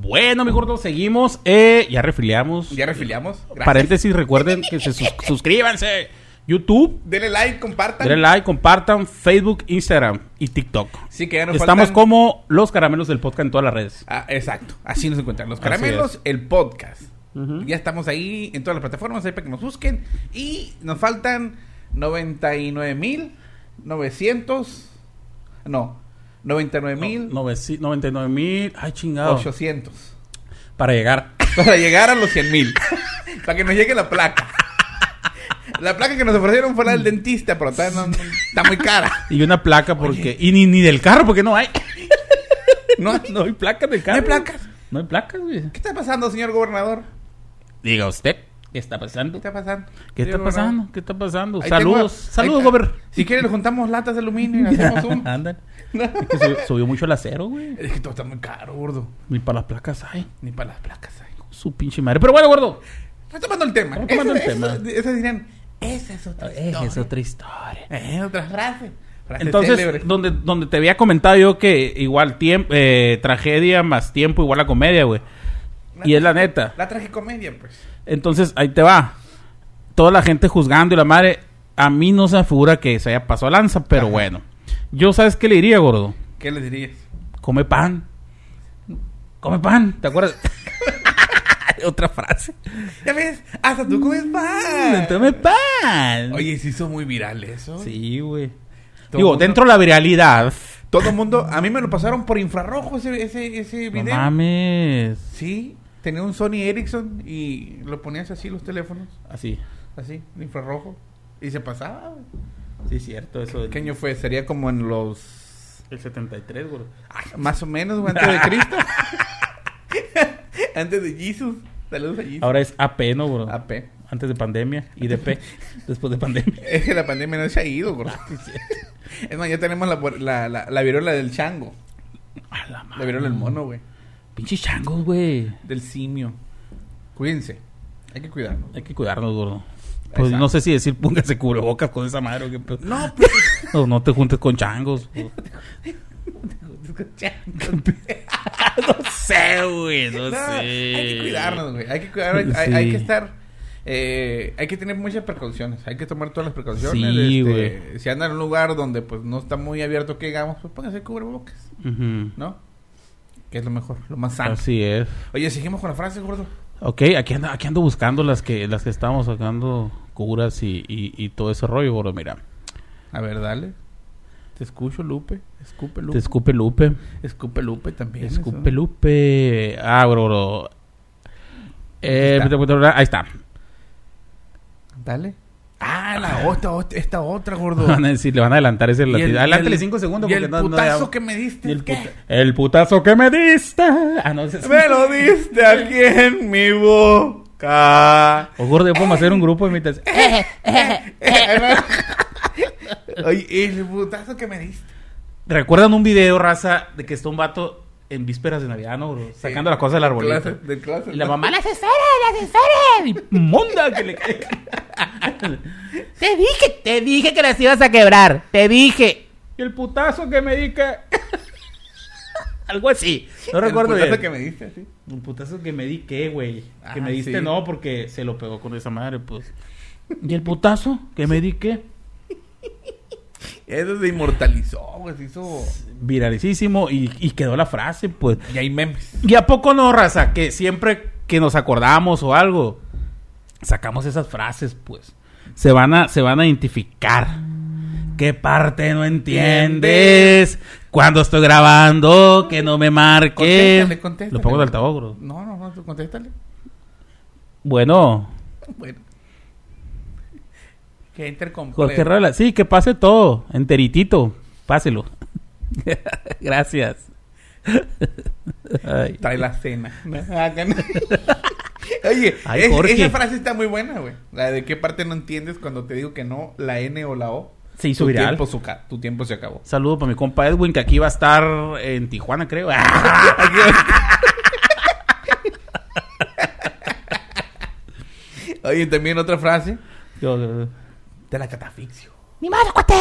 C: Bueno, mi gordo, seguimos. Eh, ya refiliamos.
B: Ya refiliamos. Gracias.
C: Paréntesis, recuerden que se sus- suscríbanse. YouTube,
B: Denle like, compartan.
C: denle like, compartan, Facebook, Instagram y TikTok.
B: Sí, que ya nos
C: Estamos
B: faltan-
C: como los caramelos del podcast en todas las redes.
B: Ah, exacto. Así nos encuentran. Los
C: Así
B: caramelos,
C: es.
B: el podcast. Ya estamos ahí en todas las plataformas, ahí para que nos busquen. Y nos faltan 99.900. No, 99.800.
C: Noveci- 99 mil. Ay, chingado. Para llegar.
B: Para llegar a los 100.000. para que nos llegue la placa. La placa que nos ofrecieron fue la del dentista, pero todavía no- no- está muy cara.
C: Y una placa porque... Y ni, ni del carro porque no hay.
B: No,
C: No hay placas del carro.
B: placas.
C: No hay placas, güey.
B: ¿Qué está pasando, señor gobernador?
C: Diga usted. ¿Qué está pasando?
B: ¿Qué está pasando?
C: ¿Qué
B: señor
C: está
B: gobernador?
C: pasando? ¿Qué está pasando?
B: Ahí
C: Saludos.
B: tengo-
C: Saludos,
B: ahí-
C: Gober.
B: Si quieres, le juntamos latas de aluminio y hacemos un.
C: Andan. Es que subió, subió mucho el acero, güey.
B: Es que todo está muy caro, gordo.
C: Ni para las placas hay.
B: Ni para las placas hay.
C: Su pinche madre. Pero bueno, gordo.
B: Retomando el tema.
C: Retomando
B: Ese-
C: el tema. Ah,
B: ese- Esas dirán, esa es otra historia.
C: Es otra historia.
B: Eh, otra frase. Frase célebre.
C: Entonces, donde, donde te había comentado yo que igual tiempo, tragedia más tiempo igual a comedia, güey. Y es la neta.
B: La tragicomedia, pues.
C: Entonces, ahí te va. Toda la gente juzgando y la madre. A mí no se me figura que se haya pasado a lanza, pero
B: Ajá.
C: bueno. Yo, ¿sabes qué le diría, gordo?
B: ¿Qué les dirías?
C: come pan. Come pan, ¿te acuerdas? Otra frase.
B: Ya ves, hasta tú comes pan.
C: Come Mm, pan.
B: Oye, se hizo muy viral eso.
C: Sí, güey.
B: Todo
C: Digo,
B: mundo-
C: dentro de la viralidad.
B: Todo el mundo, a mí me lo pasaron por infrarrojo ese, ese, ese
C: No
B: video.
C: mames.
B: Sí, tenía un Sony Ericsson y lo ponías así los teléfonos,
C: Así.
B: así, en infrarrojo. Y se pasaba. güey.
C: Sí, cierto, eso.
B: ¿Qué año fue? Sería como en los ah,
C: El 73, güey.
B: Más o menos, güey, antes de Cristo. antes de Jesús. Saludos allí.
C: Ahora es AP, ¿no, bro?
B: AP.
C: Antes de pandemia. Y DP, después de pandemia.
B: Es que la pandemia no se ha ido, gordo.
C: Ah,
B: Es más, ya tenemos la, la, la, la viruela del chango.
C: A la madre.
B: La viruela del mono, güey.
C: Pinches changos, güey.
B: Del simio. Cuídense. Hay que cuidarnos.
C: Hay que cuidarnos, gordo. Pues
B: Exacto.
C: no sé si decir póngase cubrebocas con esa madre o qué pedo.
B: No, pues.
C: No, no te juntes con changos. bro. no sé, güey. No,
B: No,
C: sé.
B: Hay que cuidarnos, güey. Hay que cuidar, hay, hay-
C: Sí.
B: hay que estar. eh, hay que tener muchas precauciones. Hay que tomar todas las precauciones.
C: Sí,
B: este, si andan en un lugar donde pues no está muy abierto que digamos, pues pónganse cubrebocas,
C: Ujú.
B: ¿no? Que es lo mejor, lo más sano.
C: Así es.
B: Oye, seguimos con la frase, gordo.
C: Ok, aquí ando, aquí ando buscando las que las que estábamos sacando curas y, y, y todo ese rollo, gordo. Mira,
B: A ver, dale. Te escucho, Lupe. Escupe, Lupe.
C: te escupe Lupe.
B: escupe, Lupe también.
C: Escupe Lupe. Ah, bro, bro. Eh,
B: Ahí está.
C: vete, vete, ahí está.
B: eso. Dale. Ah, la otra, otra- esta otra, gordo.
C: Van a decir, le van a adelantar ese
B: Y el-
C: latido.
B: y
C: Adelántale
B: el-
C: 5 segundos
B: y
C: porque
B: el
C: no, no
B: putazo
C: ya-
B: que me diste.
C: y el,
B: ¿qué?
C: puta- el putazo que me diste. Ah, no, ese es-
B: Me lo diste aquí en mi boca.
C: O gordo, vamos a hacer un grupo de imitación. eh,
B: Oye, el putazo que me diste.
C: ¿Recuerdan un video, raza, de que está un vato en vísperas de Navidad, no, bro? Sacando las cosas del arbolito.
B: Clase- de clase.
C: Y la mamá, las esferas, las esferas. Y monda que le cae. te dije, te dije que las ibas a quebrar. Te dije. Y el putazo que me di que... Algo así. No recuerdo
B: El putazo
C: bien.
B: que me diste, así.
C: Un putazo que me di qué, güey.
B: Ah,
C: que me
B: sí.
C: diste no, porque se lo pegó con esa madre, pues. ¿Y el putazo que me di qué?
B: Eso se inmortalizó, güey. Se hizo.
C: Viralísimo y, y quedó la frase, pues.
B: Y hay memes.
C: ¿Y a poco no, raza? Que siempre que nos acordamos o algo, sacamos esas frases, pues. Se van a, se van a identificar. ¿Qué parte no entiendes? Cuando estoy grabando, que no me marque.
B: Contéstale, contéstale.
C: Lo pongo de altavoz, bro.
B: No, no, no, tú contéstale.
C: Bueno,
B: Bueno. Que entre con.
C: Jorge Rola, sí, que pase todo, enteritito, páselo. Gracias. Ay.
B: Trae la cena. Oye,
C: Ay,
B: es-
C: Jorge.
B: esa frase está muy buena, güey. La de qué parte no entiendes cuando te digo que no, la N o la O.
C: Se hizo
B: tu
C: viral.
B: Tiempo, su ca- tu tiempo se acabó.
C: Saludo para mi compa Edwin, que aquí va a estar en Tijuana, creo. Ah,
B: Oye, también otra frase.
C: Yo- eh,
B: Te la catafixio.
D: ¡Mi madre, cuate!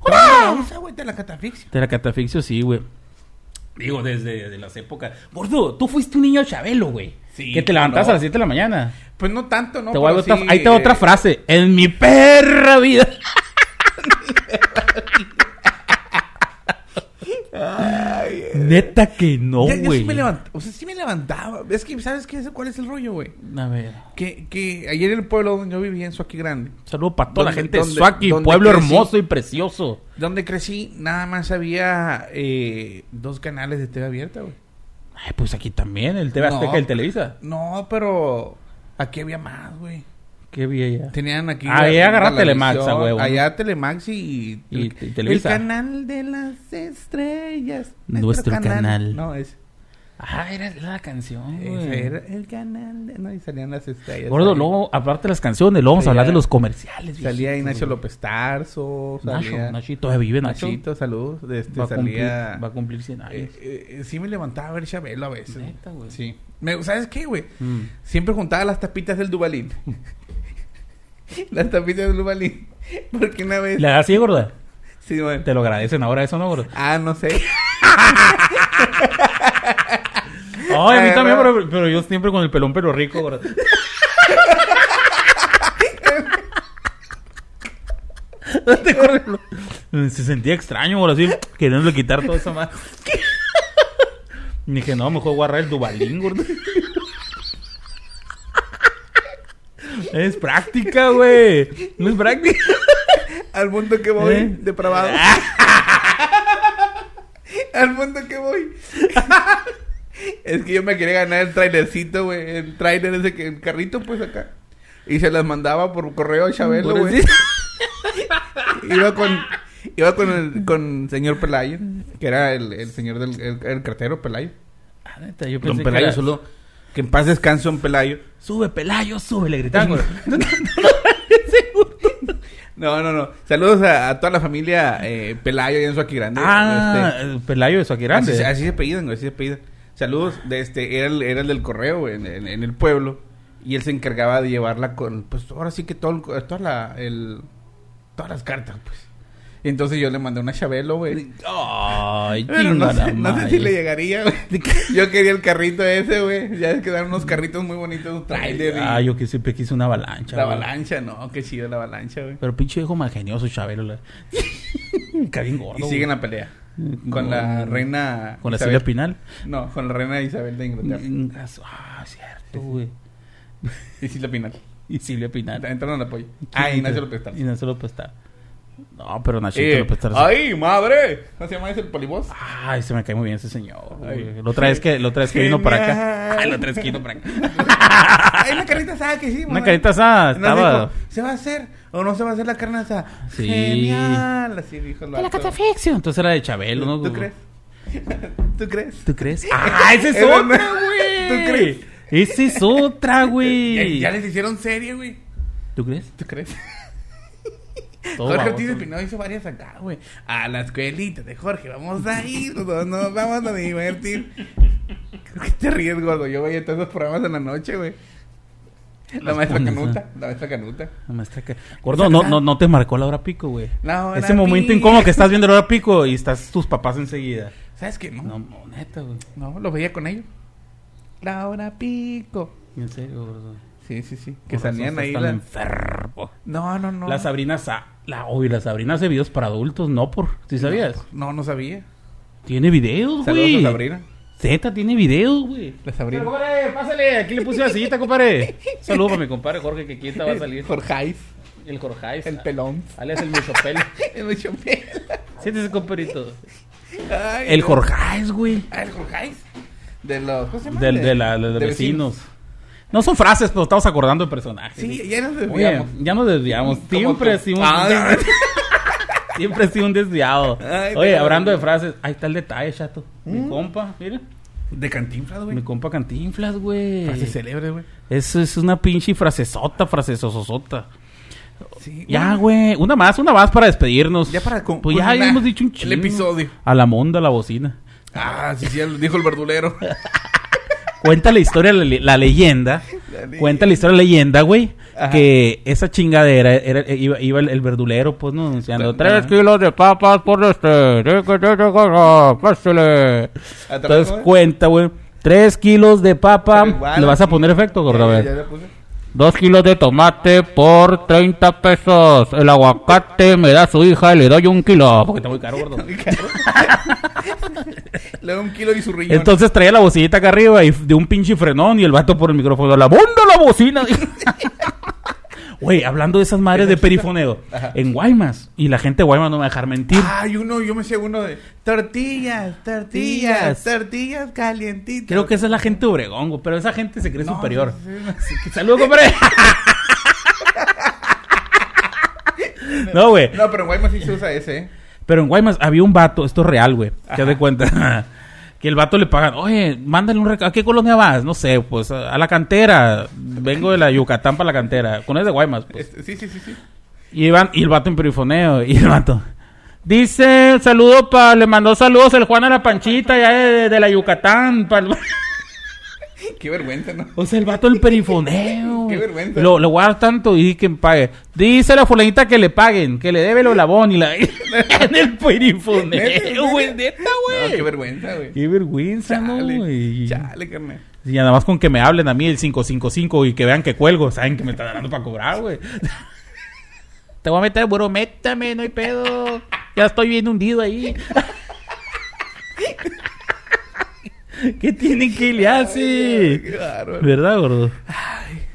B: ¡Hola! Usa, güey, te la catafixio.
C: De la catafixio, sí, güey. Digo, desde, desde las épocas. Gordo, tú fuiste un niño chabelo, güey.
B: Sí,
C: que te levantabas
B: no.
C: a las 7 de la mañana.
B: Pues no tanto, ¿no?
C: Te voy a
B: Pero
C: dar otra-
B: sí,
C: ahí te va
B: eh,
C: otra frase. En mi perra vida. Neta que no,
B: eh. Ya- ya sí
C: güey.
B: me levant- O sea, sí me levantaba. Es que, ¿sabes qué? ¿Cuál es el rollo, güey?
C: A ver.
B: Que, que ayer en el pueblo donde yo vivía, en Suaki Grande,
C: Saludo para toda la
B: ¿Dónde-
C: gente de
B: dónde-
C: Suaki,
B: dónde
C: pueblo
B: crecí?
C: hermoso y precioso.
B: donde crecí, nada más había eh, dos canales de TV abierta, güey.
C: Ay, pues aquí también, el TV Azteca
B: No.
C: y el Televisa.
B: No, pero aquí había más, güey.
C: Qué bien.
B: Tenían aquí.
C: Ah, Ahí agarra
B: la
C: Telemax,
B: visión,
C: a huevo, ¿no?
B: Allá Telemax y.
C: Y-
B: el-
C: y Televisa.
B: El canal de las estrellas.
C: Nuestro canal.
B: No, es.
C: Ah, era la canción,
B: ese era el canal. de- no, y salían las estrellas.
C: Ah, Gordo,
B: Ahí.
C: luego, aparte de las canciones, luego vamos a hablar de los comerciales.
B: Salía
C: viejito,
B: Ignacio
C: güey.
B: López Tarso. Salía.
C: Nacho, Nacho, todavía vive Nacho.
B: Nachito, saludos. De este,
C: va, a cumplir,
B: salía.
C: va a cumplir 100
B: Eh,
C: años.
B: eh, eh, sí me levantaba a ver Chabelo a veces.
C: Neta, güey.
B: Sí. Me- ¿Sabes qué, güey?
C: Mm.
B: Siempre juntaba las tapitas del Dubalín. las tapitas del Dubalín. Porque una vez...
C: ¿Le das así, gordo?
B: Sí, güey.
C: Te lo agradecen ahora eso, ¿no, gordo?
B: Ah, no sé.
C: Ay, a mí
B: Eh,
C: también,
B: bueno.
C: pero, pero yo siempre con el pelón pero rico, gordo. No te corres, no. Se sentía extraño, gordo, así, queriéndole quitar todo eso más. Y dije, no, mejor guardar el Dubalín, gordo. Es práctica, güey. No es práctica.
B: Al mundo que voy,
C: ¿Eh?
B: depravado. Al mundo que voy. es que yo me quería ganar el trailercito, güey. El trailer ese que... El carrito, pues, acá. Y se las mandaba por correo a Chabelo,
C: Bueno,
B: güey.
C: sí.
B: Iba con... Iba con el con señor Pelayo, que era el, el señor del el, el cartero Pelayo.
C: Ah, neta, yo
B: Don
C: pensé que
B: Pelayo
C: era-
B: solo Que en paz descanse un Pelayo.
C: Sube, Pelayo, sube, le gritaban. güey.
B: No, no, no. Saludos a, a toda la familia eh, Pelayo y en Suaki Grande.
C: ah,
B: Este,
C: el Pelayo de Suaquirante.
B: Así, así se apellidan, güey, así se apellidan. Saludos de este, era el, era el del correo, güey, en, en- en el pueblo. Y él se encargaba de llevarla con, pues ahora sí que todo, el co- toda la, el- todas las cartas, pues. Y entonces yo le mandé una Chabelo, güey.
C: Ay,
B: Bueno, no,
C: chingada
B: sé, no sé
C: madre.
B: si le llegaría, güey. Yo quería el carrito ese, güey. Ya es que dan unos carritos muy bonitos, un trailer. y
C: Ah, yo que siempre quise una avalancha.
B: la
C: güey.
B: avalancha, no, qué chido la avalancha, güey.
C: Pero pinche viejo mal genioso, Chabelo. la- Me cae bien gordo.
B: Y
C: güey.
B: siguen la pelea. Con
C: No.
B: la reina.
C: Con la
B: Isabel.
C: Silvia Pinal.
B: No, con la reina Isabel de Inglaterra.
C: Ah, cierto, güey. Mm.
B: Y Silvia Pinal.
C: Y Silvia Pinal.
B: Entraron al apoyo. Ah, Ignacio López Tarso.
C: Ignacio López Tarso. No, pero Nacho
B: Eh,
C: López Tarso.
B: ¡Ay, madre! ¿No se llama ese el polibos?
C: Ay, se me cae muy bien ese señor.
B: Ay.
C: Ah, güey. La otra vez que, la otra vez que vino para acá.
B: Genial.
C: Ay, Ah, la otra vez que vino para acá.
B: Hay una carnita asada que hicimos.
C: Una carita asada,
B: Nos
C: estaba.
B: dijo, ¿Se va a hacer o no se va a hacer la carne asada?
C: Sí.
B: Genial. Así dijo el
C: De la
B: vato.
C: catafixio. Entonces era de Chabelo, ¿no?
B: ¿Tú crees? ¿Tú crees?
C: ¿Tú crees? ¡Ah, esa es
B: Es
C: otra,
B: verdad.
C: güey!
B: ¿Tú crees?
C: Esa es otra,
B: Ya,
C: güey.
B: ya les hicieron serie, güey.
C: ¿Tú crees?
B: ¿Tú crees?
C: Todo
B: Jorge
C: baboso.
B: Ortiz de Pinó hizo varias acá, güey. A la escuelita de Jorge, vamos a ir, nos, nos vamos a divertir. Creo que te ríes, gordo. Yo veía todos esos programas en la noche, güey. La
C: Los
B: maestra
C: pones,
B: Canuta, la maestra Canuta.
C: La Ah, maestra que- Gordo, no, no, no te marcó la hora pico, güey.
B: La hora
C: Ese momento
B: pico.
C: incómodo que estás viendo la hora pico y estás tus papás enseguida.
B: ¿Sabes qué? No,
C: No,
B: no,
C: no, neta, güey.
B: lo veía con ellos. La hora pico.
C: En serio, gordo.
B: Sí, sí, sí. Que
C: Con razón
B: salían
C: estás
B: ahí.
C: tan
B: la-
C: enfermo.
B: No, no, no.
C: La Sabrina Sa- la hoy la Sabrina hace videos para adultos, no por, ¿sí sabías?
B: No, no sabía.
C: Tiene videos,
B: Saludos
C: güey.
B: a Sabrina.
C: Z tiene videos, güey.
B: La Sabrina.
C: Compadre, pásale, aquí le puse la sillita, compadre. Saludos para mi compadre Jorge, que quién te va a salir.
B: Jorjais,
C: El Jorge.
B: el pelón.
C: Alias el mucho pelo.
B: El mucho pelo.
C: Siéntese, compadrito.
B: Ay,
C: El
B: no.
C: Jorge, güey.
B: Ah, el Jorjais. De los. ¿cómo se llama?
C: Del, de la, de los vecinos. No son frases, pero estamos acordando de personajes.
B: Sí, ya nos
C: Oye,
B: desviamos.
C: ya nos desviamos.
B: Como
C: Siempre
B: tú. Ah,
C: ha sido un,
B: Ay.
C: siempre ha sido un desviado.
B: Ay,
C: Oye,
B: pero-
C: hablando de frases, ahí está el detalle, chato. Mi compa, mira.
B: De Cantinflas,
C: Mi
B: güey.
C: compa Cantinflas, güey.
B: Frase célebre, güey.
C: Eso es una pinche frasezota, frasesosota.
B: Sí.
C: Ya,
B: bueno,
C: güey. Una más, una más para despedirnos.
B: Ya para con-
C: Pues ya
B: con una-
C: hemos dicho un
B: el
C: chingo.
B: episodio.
C: A la monda, a la bocina.
B: Ah, sí, sí, ya lo dijo el verdulero.
C: Cuenta la historia, la, le- la leyenda.
B: La leyenda.
C: Cuenta la historia, la leyenda, güey.
B: Ajá.
C: Que esa chingadera era, eh, iba, iba el, el verdulero, pues, no, anunciando.
B: Ta-
C: Tres
B: ajá.
C: kilos de papas por este. de que te- te- te- pásele". Entonces cuenta, güey. Tres kilos de papa.
B: Pero igual,
C: Le vas a poner efecto, gordo. a ver.
B: Ya, ya le puse.
C: Dos kilos de tomate por 30 pesos. El aguacate me da su hija y le doy un kilo. Porque está muy caro, gordo.
B: Le da un kilo y su riñón.
C: Entonces traía la bocinita acá arriba y de un pinche frenón y el vato por el micrófono. ¡La bunda la bocina! Güey, hablando de esas madres de perifoneo. En Guaymas. Y la gente de Guaymas no me va a dejar mentir.
B: Ay, uno, yo me sé uno de tortillas, tortillas, tortillas calientitas.
C: Creo que esa es la gente de Obregón, güey, Pero esa gente se cree
B: No,
C: superior.
B: sí, sí,
C: ¡Saludos, compadre! no, güey.
B: sí. No, pero en Guaymas sí se usa ese, ¿eh?
C: Pero en Guaymas había un vato, esto es real, güey.
B: Ajá.
C: Ya de cuenta. que el vato le pagan, oye, mándale un recado. ¿A qué colonia vas? No sé, pues a a la cantera. Vengo de la Yucatán para la cantera. Con es de Guaymas, pues.
B: Este, Sí, sí, sí, sí.
C: Y, van, y el vato en perifoneo. Y el vato. Dice, saludo pa, le mandó saludos el Juan a la Panchita, ya de, de- de la Yucatán. pa-
B: Qué vergüenza, ¿no?
C: o sea, el vato el perifoneo.
B: Qué vergüenza.
C: Lo, lo guardas tanto y que pague. Dice la fulanita que le paguen, que le debe el olabón y la. en el perifoneo, güey. Neta, güey.
B: No, qué vergüenza, güey.
C: Qué vergüenza, ¿no,
B: Chale,
C: güey?
B: chale, carnal.
C: Y nada más con que me hablen a mí el 555 y que vean que cuelgo, saben que me están dando para cobrar, güey. Te voy a meter, bueno, métame, no hay pedo. Ya estoy bien hundido ahí. ¿Qué tienen que le hace?
B: Qué bárbaro.
C: ¿Verdad, gordo?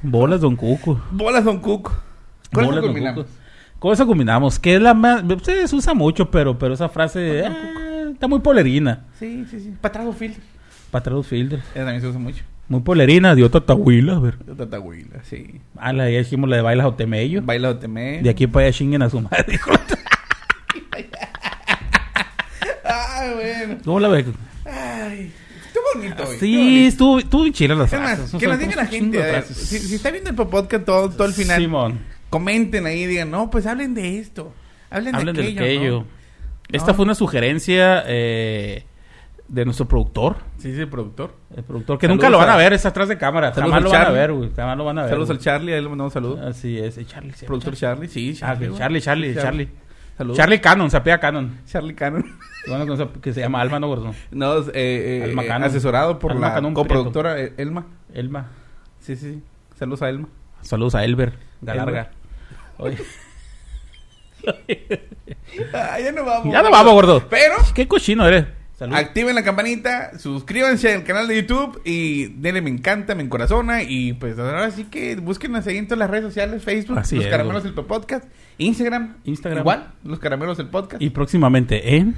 C: Bolas, don Cuco.
B: Bolas Don Cuco. ¿Cuál es
C: Bolas,
B: el
C: don
B: combinamos?
C: Cuco. Con eso combinamos. Que es la más. Ustedes usan mucho, pero, pero esa frase ah, está muy polerina.
B: Sí, sí, sí. Patrado Phil.
C: Para traer los filtros.
B: Esa también se usa mucho.
C: Muy polerina, dio tatahuila, a ver.
B: De Tatahuila, sí.
C: Ah, la ya dijimos la de bailas o temello.
B: Baila de Temé.
C: De aquí para allá chinguen a su madre. dijo.
B: Ah, bueno.
C: ¿Cómo la ves?
B: Ay. Estuvo bonito hoy. qué
C: Sí,
B: bonito.
C: estuvo, estuvo bien chila las
B: Es más,
C: frases. o
B: que
C: sea,
B: nos diga la
C: un chingo
B: gente.
C: de
B: a ver,
C: frases.
B: si, si está viendo el podcast todo, todo el final,
C: Simón,
B: comenten ahí y digan, no, pues hablen de esto. Hablen,
C: hablen
B: de
C: de
B: aquello.
C: aquello.
B: ¿no?
C: Esta fue una sugerencia eh, de nuestro productor.
B: Sí, sí, productor.
C: El productor que
B: Saludos
C: nunca lo van
B: a-
C: a ver, es atrás de cámara.
B: Saludos
C: Jamás
B: al
C: lo van a
B: Charlie.
C: ver, güey. Jamás lo van a ver.
B: Saludos al
C: güey.
B: Charlie, ahí le mandamos saludos.
C: Así es, eh, Charlie. sí,
B: productor Charlie, sí,
C: Charlie, Ah,
B: güey.
C: Charlie, Charlie, Charlie.
B: Saludos.
C: Charlie Cannon, se apela Cannon.
B: Charlie Cannon.
C: Bueno, con esa- que se llama Alma, ¿no, gordo?
B: No, eh, eh,
C: Alma
B: eh,
C: Cannon.
B: asesorado por
C: Alma
B: la
C: Cannon
B: coproductora eh, Elma.
C: Elma.
B: Sí, sí, sí. Saludos a Elma.
C: Saludos a Elber Galarga. Oye,
B: Ah, ya no vamos.
C: ya no vamos, gordo.
B: Pero
C: Qué cochino eres. Saludos.
B: activen la campanita, suscríbanse al canal de YouTube y denle me encanta, me encorazona. Y pues ahora sí que búsquenos ahí en todas las redes sociales: Facebook,
C: Así
B: Los
C: es,
B: Caramelos
C: güey.
B: del Podcast, Instagram.
C: Instagram.
B: Igual, Los Caramelos del Podcast.
C: Y próximamente en.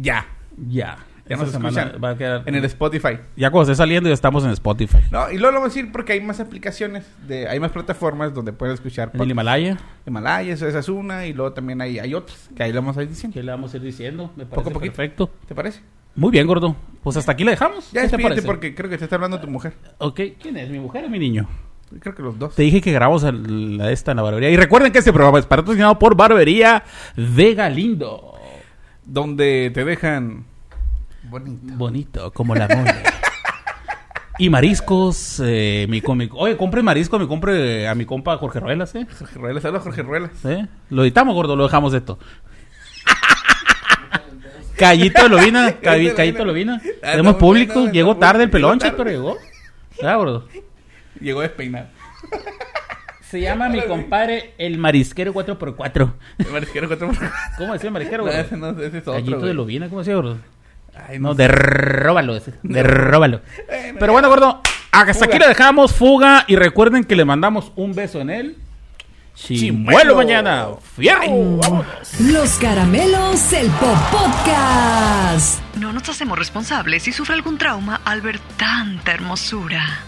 B: ya.
C: Ya.
B: Ya
C: Esa
B: nos
C: semana
B: escuchan
C: va a quedar-
B: en el Spotify.
C: Ya cuando esté saliendo, ya estamos en Spotify.
B: No, y luego lo vamos a decir porque hay más aplicaciones, de, hay más plataformas donde pueden escuchar
C: En el
B: podcasts.
C: Himalaya.
B: Himalaya, eso- esa es una, y luego también hay, hay otras, que ahí lo vamos a ir diciendo.
C: ¿Qué le vamos a ir diciendo? Me
B: Poco a
C: parece
B: poquito.
C: perfecto.
B: ¿Te parece?
C: Muy bien, gordo. Pues hasta aquí la dejamos.
B: Ya
C: ¿Qué te
B: despídete
C: parece?
B: porque creo que te está hablando tu mujer.
C: Ok, ¿quién es? ¿Mi mujer o mi niño?
B: Creo que los dos.
C: Te dije que grabamos el- la esta en la barbería. Y recuerden que este programa es patrocinado por Barbería de Galindo.
B: Donde te dejan... Bonito.
C: Bonito, como la mole. y mariscos, eh, mi, con mi- Oye, compre marisco a mi, compre, a mi compa Jorge Ruelas, ¿eh?
B: Jorge Ruelas, saludos Jorge Ruelas.
C: ¿Eh? Lo editamos, gordo, lo dejamos de esto. Callito de Lovina, Cabi- Callito de Lovina.
B: Ah,
C: Tenemos
B: no,
C: público,
B: no, no,
C: llegó
B: no,
C: tarde el
B: llegó
C: pelonche,
B: tarde.
C: pero llegó. ¿Verdad, gordo?
B: Llegó despeinado.
C: Se llama mi compadre el marisquero 4x4.
B: El marisquero cuatro por cuatro.
C: ¿Cómo decía el marisquero,
B: No,
C: gordo?
B: ese no, ese es otro,
C: Callito de
B: güey.
C: Lovina, ¿cómo decía, gordo?
B: Ay,
C: No,
B: no,
C: derróbalo, ese, derróbalo.
B: Bueno,
C: Pero bueno, gordo, hasta aquí
B: Fuga.
C: la dejamos, fuga, y recuerden que le mandamos un beso en él.
B: Chimuelo.
C: Chimuelo mañana. Fierro, vámonos.
A: Los caramelos, el Pop Podcast. No nos hacemos responsables si sufre algún trauma al ver tanta hermosura.